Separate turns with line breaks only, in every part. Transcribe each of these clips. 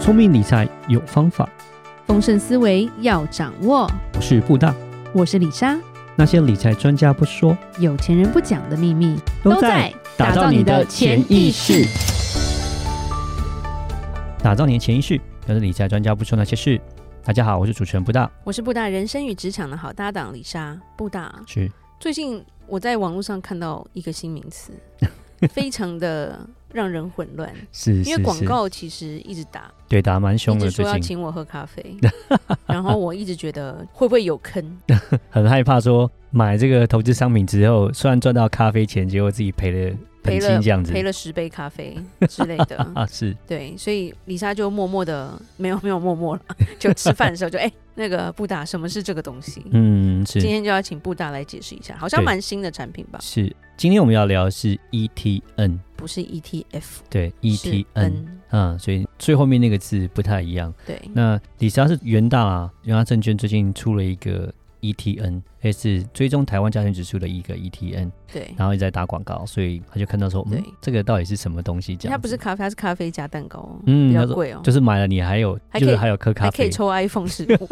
聪明理财有方法，
丰盛思维要掌握。
我是布大。
我是李莎，
那些理财专家不说，
有钱人不讲的秘密
打造你的潜意识。。打造你的潜意识，表示理财专家不说那些事。大家好，我是主持人布大，
我是布大人生与职场的好搭档李莎。布大，
是
最近我在网络上看到一个新名 词，非常的让人混乱，
是
因为广告其实一直打，
对打蛮凶
一
的，
直
最
说要
近
请我喝咖啡， 然后我一直觉得会不会有 坑？
很害怕说买这个投资商品之后，虽然赚到咖啡钱，结果自己赔了本
赔
金
了
这样子
赔了十杯咖啡之类的，
啊，是
对，所以李莎就默默的没有没有默默了，就吃饭的时候就哎、那个布达什么是这个东西？
嗯是
今天就要请布达来解释一下，好像
对
蛮新的产品吧？
是。今天我们要聊的是 ETN，
不是 ETF，
对，E
是
ETN，
N
嗯，所以最后面那个字不太一样。
对，
那李莎是元大啊，元大证券最近出了一个 ETN，也是追踪台湾加权指数的一个 ETN，
对，
然后一直在打广告，所以他就看到说，嗯
对，
这个到底是什么东西？这样
它
子
不是咖啡，它是咖啡加蛋糕哦，
嗯
比较
他说
贵哦，
就是买了你还有
还可
就
以
是还有喝
还
咖
可以
啡。
抽 iPhone 十 五，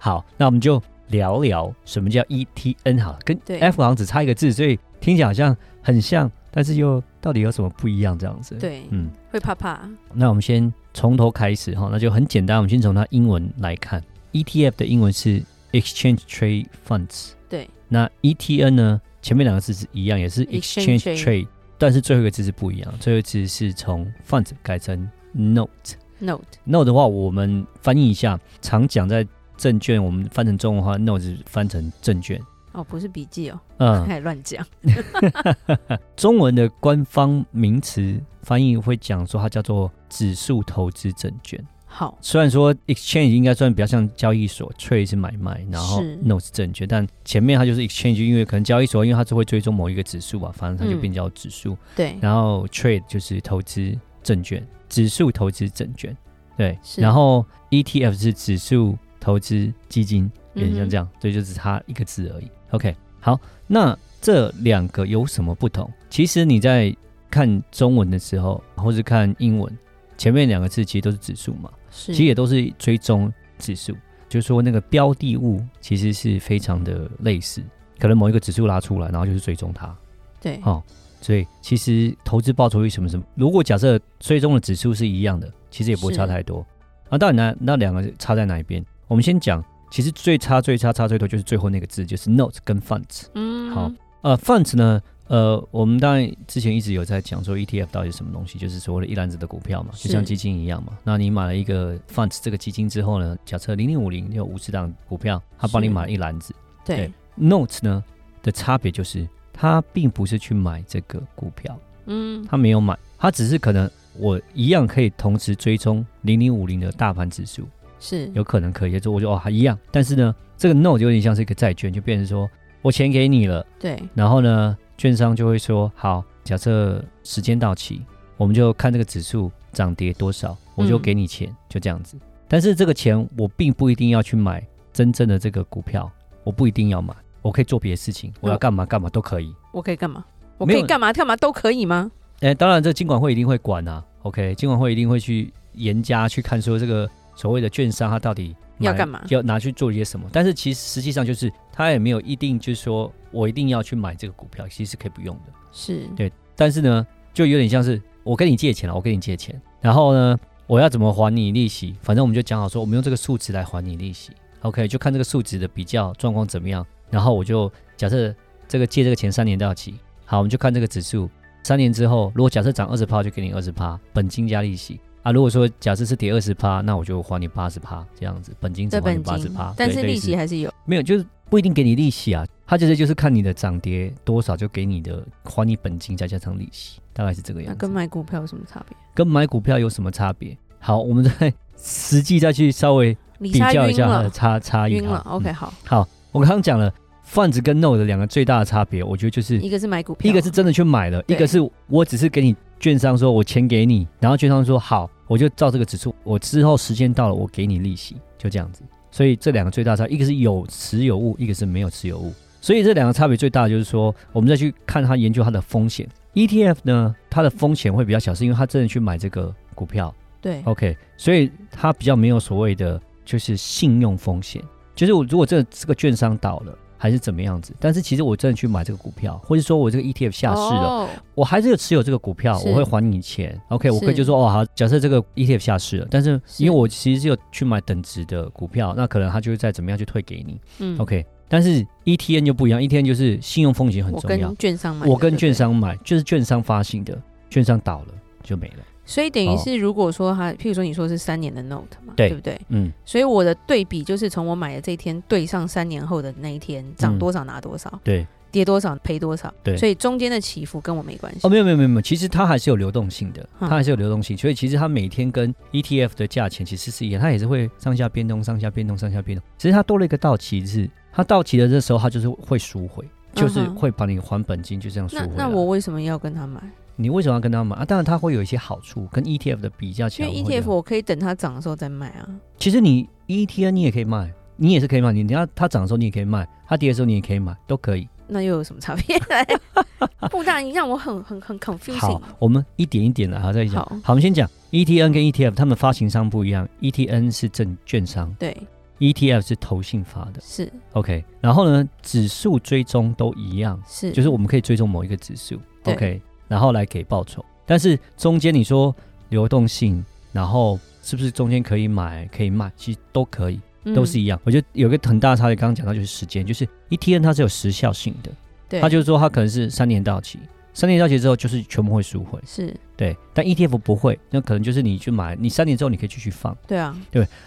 好，那我们就聊聊什么叫 ETN 好了，跟
对
F 好像只差一个字，所以听起来好像很像，但是又到底有什么不一样？这样子。，
对，
嗯，
会怕怕，
那我们先从头开始哈，那就很简单，我们先从它英文来看，ETF 的英文是 Exchange Trade Funds，
对，
那 ETN 呢，前面两个字是一样，也是
Exchange
Exchange
Trade
Trade，但是最后一个字是不一样，最后一个字是从 Fund 改成 Note。
note，
Note 的话，我们翻译一下，常讲在证券，我们翻成中文的话，Note 是翻成证券。
哦，不是笔记哦，
嗯，
还乱讲，
中文的官方名词翻译会讲说它叫做指数投资证券。
好，
虽然说 exchange 应该算比较像交易所，trade 是买卖，然后
是
note 是证券，但前面它就是 exchange，因为可能交易所，因为它是会追踪某一个指数吧，反正它就
嗯
变叫指数。
对，嗯
然后 trade 就是投资证券，指数投资证券，对。
是
然后 ETF 是指数投资基金，
嗯
有点像这
样，
样，所以就只差一个字而已。OK，好，那这两个有什么不同？其实你在看中文的时候，或是看英文，前面两个字其实都是指数嘛。
是，
其实也都是追踪指数，就是说那个标的物其实是非常的类似，可能某一个指数拉出来，然后就是追踪它
对，
哦。所以其实投资报酬率什么什么，如果假设追踪的指数是一样的，其实也不会
是
差太多。啊，到底哪那两个差在哪一边？我们先讲，其实最差最差差最多就是最后那个字，就是 note 跟 funds。
嗯，
好呃，funds 呢，呃，我们当然之前一直有在讲说 ETF 到底是什么东西，就是所谓的一篮子的股票嘛，
是
就像基金一样嘛。那你买了一个 funds 这个基金之后呢，假设零零五零有五十档股票，它帮你
是
买了一篮子。
对
对，Notes 呢的差别就是，它并不是去买这个股票，
嗯，
它没有买，它只是可能我一样可以同时追踪零零五零的大盘指数，
是，
有可能可以，就我就哦还一样。但是呢，这个 Note 有点像是一个债券，就变成说我钱给你了。
对，
然后呢，券商就会说，好，假设时间到期，我们就看这个指数涨跌多少，我就
嗯
给你钱，就这样子。但是这个钱我并不一定要去买真正的这个股票，我不一定要买，我可以做别的事情，我要
嗯
干嘛干嘛都可以。
我可以干嘛？我
没
可
有
以干嘛干嘛都可以吗？
哎，当然这金管会一定会管啊，OK，金管会一定会去严加去看说这个所谓的券商他到底买
要干嘛
要拿去做一些什么。但是其实实际上就是他也没有一定就是说我一定要去买这个股票，其实是可以不用的。
是，
对但是呢，就有点像是我跟你借钱了，我跟你借钱，然后呢，我要怎么还你利息？反正我们就讲好说，我们用这个数值来还你利息。OK，就看这个数值的比较状况怎么样，然后我就假设这个借这个钱三年到期，好，我们就看这个指数，三年之后如果假设涨二十趴，就给你二十趴本金加利息。啊，如果说假设是跌二十趴，那我就还你八十趴这样子，本金只
这
还你
本
八十
金
趴，，
但
对
是
类
利
似
息还是有，
没有，就是不一定给你利息啊，他其实就是看你的涨跌多少，就给你的还你本金再加上利息，大概是这个
那
样子。
跟买股票有什么差别？
跟买股票有什么差别？好，我们再 实际再去稍微
李
比
莎
较一
晕
下它的
了，
差差异。
晕了
好
，OK，
嗯
好，
好，我刚刚讲了 funds 跟 no 的两个最大的差别，我觉得就是
一个是买股票，
一个是真的去买了，一
对
个是我只是给你券商说我钱给你，然后券商说好，我就照这个指数，我之后时间到了我给你利息，就这样子。所以这两个最大差，一个是有持有物，一个是没有持有物。所以这两个差别最大的就是说，我们再去看它研究它的风险。ETF 呢，它的风险会比较小，是因为它真的去买这个股票，
对，
OK，所以它比较没有所谓的就是信用风险，就是我如果这这个券商倒了还是怎么样子，但是其实我真的去买这个股票，或者说我这个 ETF 下市了，
哦，
我还是有持有这个股票，
是
我会还你钱。OK，我可以
是
就说哦好，假设这个 ETF 下市了，但是
是
因为我其实是有去买等值的股票，那可能它就会再怎么样去退给你。
嗯
OK，但是 ETN 就不一样，ETN 就是信用风险很
我
重要
跟，券商买的，
我跟
对不
券
对，
商买就是券商发行的，券商倒了就没了。
所以等于
哦
是如果说他，譬如说你说是三年的 note 嘛，
对
对不对？
嗯，
所以我的对比就是从我买的这一天对上三年后的那一天，涨
嗯
多少拿多少，
对。
跌多少赔多少，
对
所以中间的起伏跟我没关系
哦，。没有没有没有没有，其实它还是有流动性的，
嗯
它还是有流动性，所以其实它每天跟 ETF 的价钱其实是一样，它也是会上下变动、上下变动、上下变动，只是它多了一个到期日，它到期的这时候它就是会赎回，就是
嗯哼
会把你还本金就这样赎
那
回来。
那我为什么要跟他买？
你为什么要跟它买啊？当然它会有一些好处，跟 ETF 的比较起
因
来，
为
我会觉
ETF
得
E 我可以等它涨的时候再买啊。
其实你 ETN 你也可以卖，你也是可以卖，你等下它涨的时候你也可以卖，它跌的时候你也可以买，都可以。
那又有什么差别？ 不大，你让我很很很 confusing
好。，我们一点一点的还在讲。
好
好，我们先讲 ETN 跟 ETF，他们发行商不一样，ETN 是证券商
对，
，ETF 是投信发的。
是
OK，然后呢，指数追踪都一样，
是，
就是我们可以追踪某一个指数
对
，OK，然后来给报酬。但是中间你说流动性，然后是不是中间可以买可以卖，其实都可以，都是
嗯
一样。我觉得有个很大的差别，刚刚讲到就是时间，就是 ETN 它是有时效性的，
对，
它就是说它可能是三年到期，三年到期之后就是全部会赎回。
是
对，但 ETF 不会，那可能就是你去买，你三年之后你可以继续放。
对啊，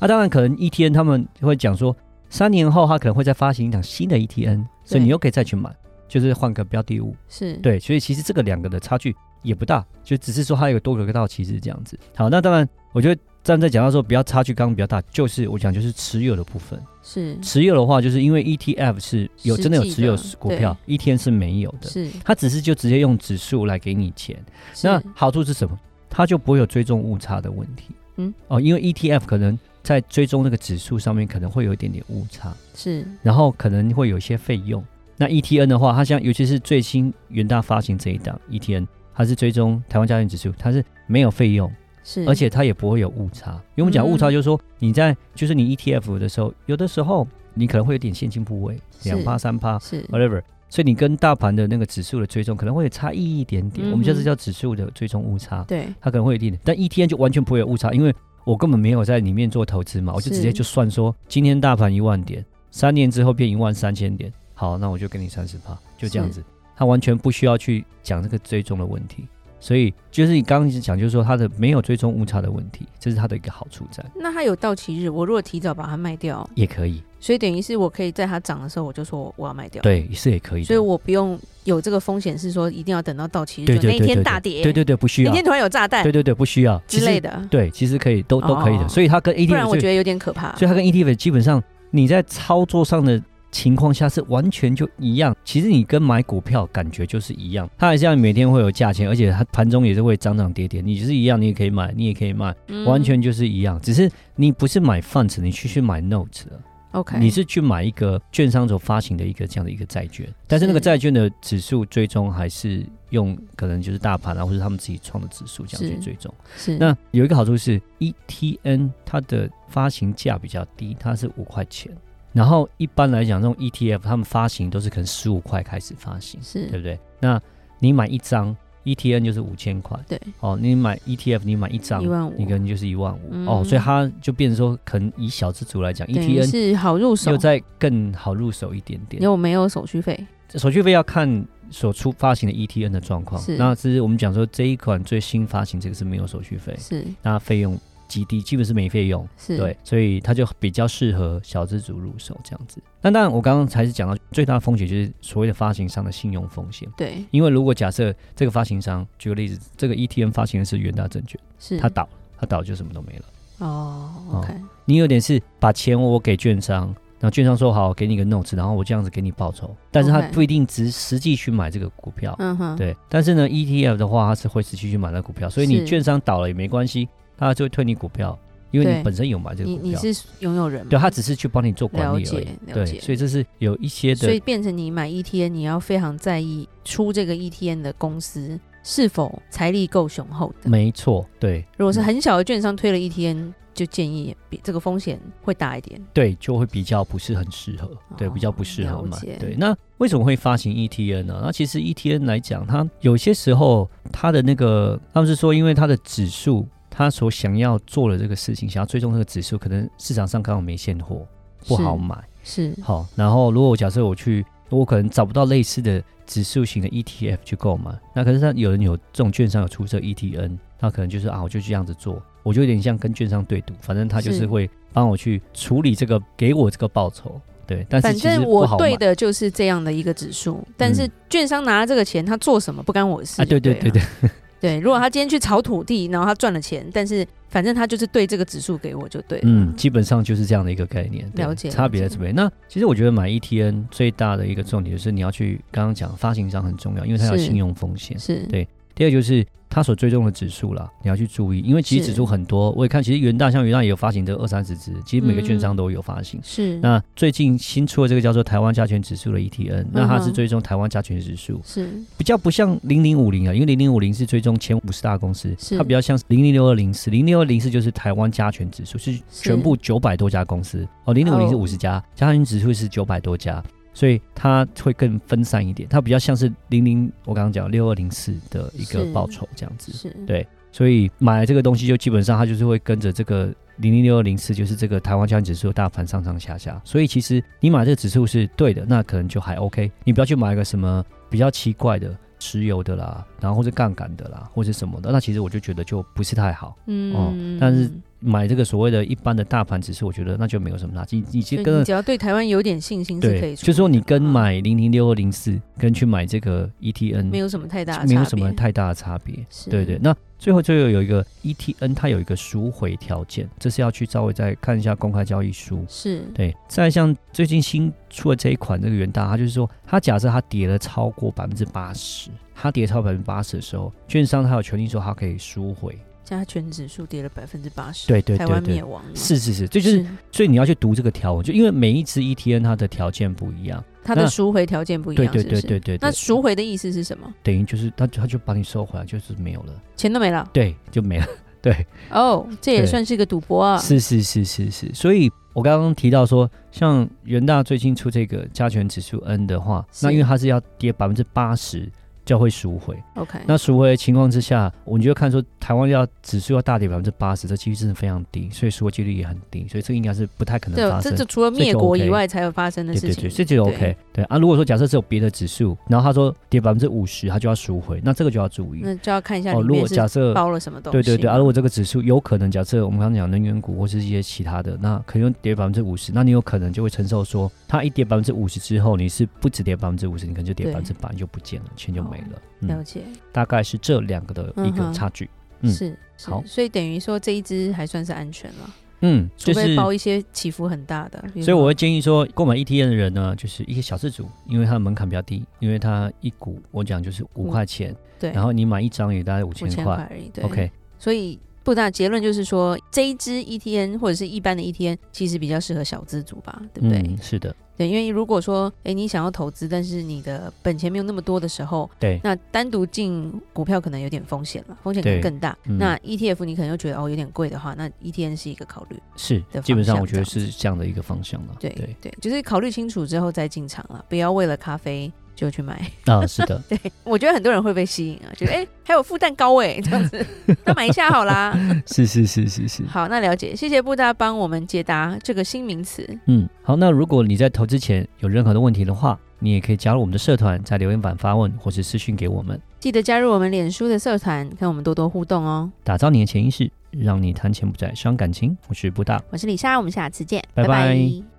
啊，当然可能 ETN 他们会讲说，三年后他可能会再发行一档新的 ETN，所以你又可以再去买，就是换个标的物。
是，
对，所以其实这个两个的差距也不大，就只是说它有多个到期日这样子。好，那当然，我觉得站在讲到说比较差距刚刚比较大，就是我讲就是持有的部分。
是
持有的话，就是因为 ETF 是有
嗯实
真的有
际
持有
的
股票，ETN 是没有的，
是，
它只是就直接用指数来给你钱。
是
那好处是什么？它就不会有追踪误差的问题。
嗯，
哦，因为 ETF 可能在追踪那个指数上面可能会有一点点误差，
是
然后可能会有一些费用。那 ETN 的话，它像尤其是最新元大发行这一档 ETN，它是追踪台湾加权指数，它是没有费用，
是，嗯
而且它也不会有误差。因为我们讲误差，就是说你在就是你 ETF 的时候，有的时候你可能会有点现金部位，
是
两趴三趴，
是
whatever。所以你跟大盘的那个指数的追踪可能会有差异一点点，
嗯哼
我们叫这叫指数的追踪误差，
对
它可能会有一定点，但 ETN 就完全不会有误差，因为我根本没有在里面做投资嘛，我就是直接就算说今天大盘一万点，三年之后变一万三千点，好，那我就给你三十趴，就这样子，它完全不需要去讲这个追踪的问题，所以就是你刚刚一直讲，就是说它的没有追踪误差的问题，这是它的一个好处在，
那它有到期日，我如果提早把它卖掉，
也可以，
所以等于是我可以在它涨的时候我就说我要卖掉，，
对，是也可以的，
所以我不用有这个风险，是说一定要等到到期日
对
就那
对
一
对
天
对
大跌，
对对对，不需
那
要
天，突然有炸弹
对对对，不需要
之类
的。
的，
对，其实可以，都都可以的。
哦
所以它跟 ETF，
不然我
所以
觉得有点可怕
所。以它跟 ETF 基本上你在操作上的情况下是完全就一样。其实你跟买股票感觉就是一样，它还是要每天会有价钱，而且它盘中也是会涨涨跌跌。你就是一样，你也可以买，你也可以卖，
嗯
完全就是一样。只是你不是买 funds，你去去买 notes 了。
OK，
你是去买一个券商所发行的一个这样的一个债券，但是那个
是
债券的指数追踪还是用可能就是大盘啊，或者他们自己创的指数这样去
是
追踪。
是
那有一个好处是，ETN 它的发行价比较低，它是五块钱。然后一般来讲，这种 ETF 他们发行都是可能十五块开始发行，对
是
不对？那你买一张 ETN 就是五千块，
对，
哦，你买 ETF 你买一张
一，万五，
你可能就是一万五、
嗯
哦，所以它就变成说，可能以小资族来讲
等于
，ETN
是好入手
又，再更好入手一点点。
有没有手续费？
手续费要看所出发行的 ETN 的状况
是，
那这是我们讲说这一款最新发行这个是没有手续费，
是
那费用极低，基本是没费用。
是，
对，所以它就比较适合小资族入手这样子。那当然，我刚刚才是讲到最大的风险就是所谓的发行商的信用风险，
对
因为如果假设这个发行商，举个例子，这个 ETN 发行的是元大证券，
是
它倒了，它倒了就什么都没了。
哦
哦
，OK，
你有点是把钱我给券商，然后券商说好，给你个 notes，然后我这样子给你报酬，但是他
OK
不一定只实际去买这个股票。
嗯哼，
对，但是呢，ETF 的话，它是会持续去买那股票，所以你
是
券商倒了也没关系，它就会退你股票，因为
对
你本身有买这个
你
股
你
票。
是拥有人嘛，
对，他只是去帮你做管
了
理而已
解。了
对，
解，
所以这是有一些
所
的
E 以变成你买 ETN，你要非常在意出这个 ETN E 的公司是否财力够雄厚的。
没嗯错，对
如果是很小的券商推了一天，就建议比这个风险会大一点。
对，就会比较不是很适合，对，
哦
比较不适合
了
买
解。
对，那为什么会发行 ETN 呢？那其实 ETN 来讲，它有些时候它的那个，他们是说，因为它的指数，它所想要做的这个事情，想要追踪这个指数，可能市场上刚好没现货，不好买。
是
好，然后如果假设我去，我可能找不到类似的指数型的 ETF 去购买，那可是他有人有这种券商有出这 ETN，那可能就是啊，我就这样子做，我就有点像跟券商对赌，反正他就是
是
会帮我去处理这个，给我这个报酬，对，但是
反
其实
正
不
我
好买嗯
对的就是这样的一个指数，但是券商拿这个钱，他做什么不干我的事。
啊，对对对
对
对
啊，对
嗯
如果他今天去炒土地，然后他赚了钱，但是反正他就是对这个指数给我就对了。
嗯，，基本上就是这样的一个概念，对
了解
差别在
了解
这边。那其实我觉得买 ETN 最大的一个重点就是你要去刚刚讲发行商很重要，因为它有
是
信用风险。
是
对第二就是它所追踪的指数啦，你要去注意，因为其实
是
指数很多，我也看，其实元大像元大也有发行这二三十只，其实每个
嗯
券商都有发行。
是
那最近新出的这个叫做台湾加权指数的 ETN，那它是
嗯哼
追踪台湾加权指数，
是
比较不像零零五零啊，因为零零五零是追踪前五十大公司，
是
它比较像零零六二零四，零六二零四就是台湾加权指数是全部九百多家公司哦，零零五零是五十家，加权指数是九百多家，所以它会更分散一点，它比较像是零零我刚刚讲六二零四的一个
是
报酬这样子，
是
对所以买这个东西就基本上它就是会跟着这个零零六二零四，就是这个台湾加权指数的大盘上上下下。所以其实你买这个指数是对的，那可能就还 OK。你不要去买一个什么比较奇怪的石油的啦，然后或者杠杆的啦，或者什么的，那其实我就觉得就不是太好。
嗯、
哦但是买这个所谓的一般的大盘指数，我觉得那就没有什么垃圾。你
就
去
你
跟
只要对台湾有点信心是可
对，
以出的，
就说你跟
啊
买零零六二零四跟去买这个 ETN
没有什么太大的
没有
差
什么
别
太大的差别。
是
对对，那最后最后有一个 ETN，它有一个赎回条件，这是要去稍微再看一下公开交易书。
是
对，再像最近新出的这一款这个元大，它就是说，它假设它跌了超过百分之八十，它跌超百分之八十的时候，券商它有权利说它可以赎回。
加权指数跌了百分之八十，
对对
台
对
湾灭
对，
亡了，
是是是，这就是所以你要去读这个条文，就因为每一只 ETN 它的条件不一样。
它的
那
赎回条件不一
对
样，
对
是不
对
是
对对对，
那赎回的意思是什么？
等于就是它它就把你收回来，就是没有了，
钱都没了
对，就没了，对。
哦，这也
对
算是个赌博啊。
是是是是是，所以我刚刚提到说，像元大最近出这个加权指数 N 的话，
是
那因为它是要跌百分之八十。就会赎回，
OK，
那赎回的情况之下，我们就看说台湾要指数要大跌百分之八十，这几率真的非常低，所以赎回几率也很低，所以这个应该是不太可能
这
发生
这。这除了
所以
灭
就
国
OK
以外才有发生的
对
事
对
情，
对，这就 OK 对。啊，如果说假设只有别的指数，然后他说跌百分之五十，他就要赎回，那这个就要注意
那就要看一下
哦。如
里面
果
是
假设
包了什么东
对
西。
对对，啊，如果这个指数有可能，假设我们刚刚讲能源股或是一些其他的，那可能跌百分之五十，那你有可能就会承受说，它一跌百分之五十之后，你是不止跌百分之五十，你可能就跌
对哦
百分之百就不见了，钱就没了。
了
嗯，
解
大概是这两个的一
嗯
个
哼
差距。嗯
是是
好，
所以等于说这一只还算是安全了，
嗯，
除
就
非
是。
包一些起伏很大的。比如
所以我
说
会建议说，购买 ETN 的人呢，就是一些小资主，因为它的门槛比较低，因为它一股我讲就是五
五
块钱，
对
然后你买一张也大概五
五
千
千
块
块而已，对
OK，
所以布大结论就是说，这一支 ETN 或者是一般的 ETN 其实比较适合小资族吧，对不对？
嗯，是的，
对，因为如果说，诶你想要投资，但是你的本钱没有那么多的时候，
对，
那单独进股票可能有点风险了，风险可能
对
更大。
嗯
那 ETF 你可能又觉得哦有点贵的话，那 ETN 是一个考虑。
是
的
基本上我
方向
觉得
这
是这样的一个方向了。
对对就是考虑清楚之后再进场了，不要为了咖啡就去买。
啊，是的，
对，我觉得很多人会被吸引啊，觉得诶还有附蛋糕诶，这 样子，那买一下好啦。
是是是是是，
好，那了解，谢谢布大帮我们解答这个新名词。
嗯，好，那如果你在投资前有任何的问题的话，你也可以加入我们的社团，在留言板发问或是私讯给我们，
记得加入我们脸书的社团，跟我们多多互动哦。
打造你的潜意识，让你谈钱不再伤感情。我是布大。
我是李莎，我们下次见，
拜拜
拜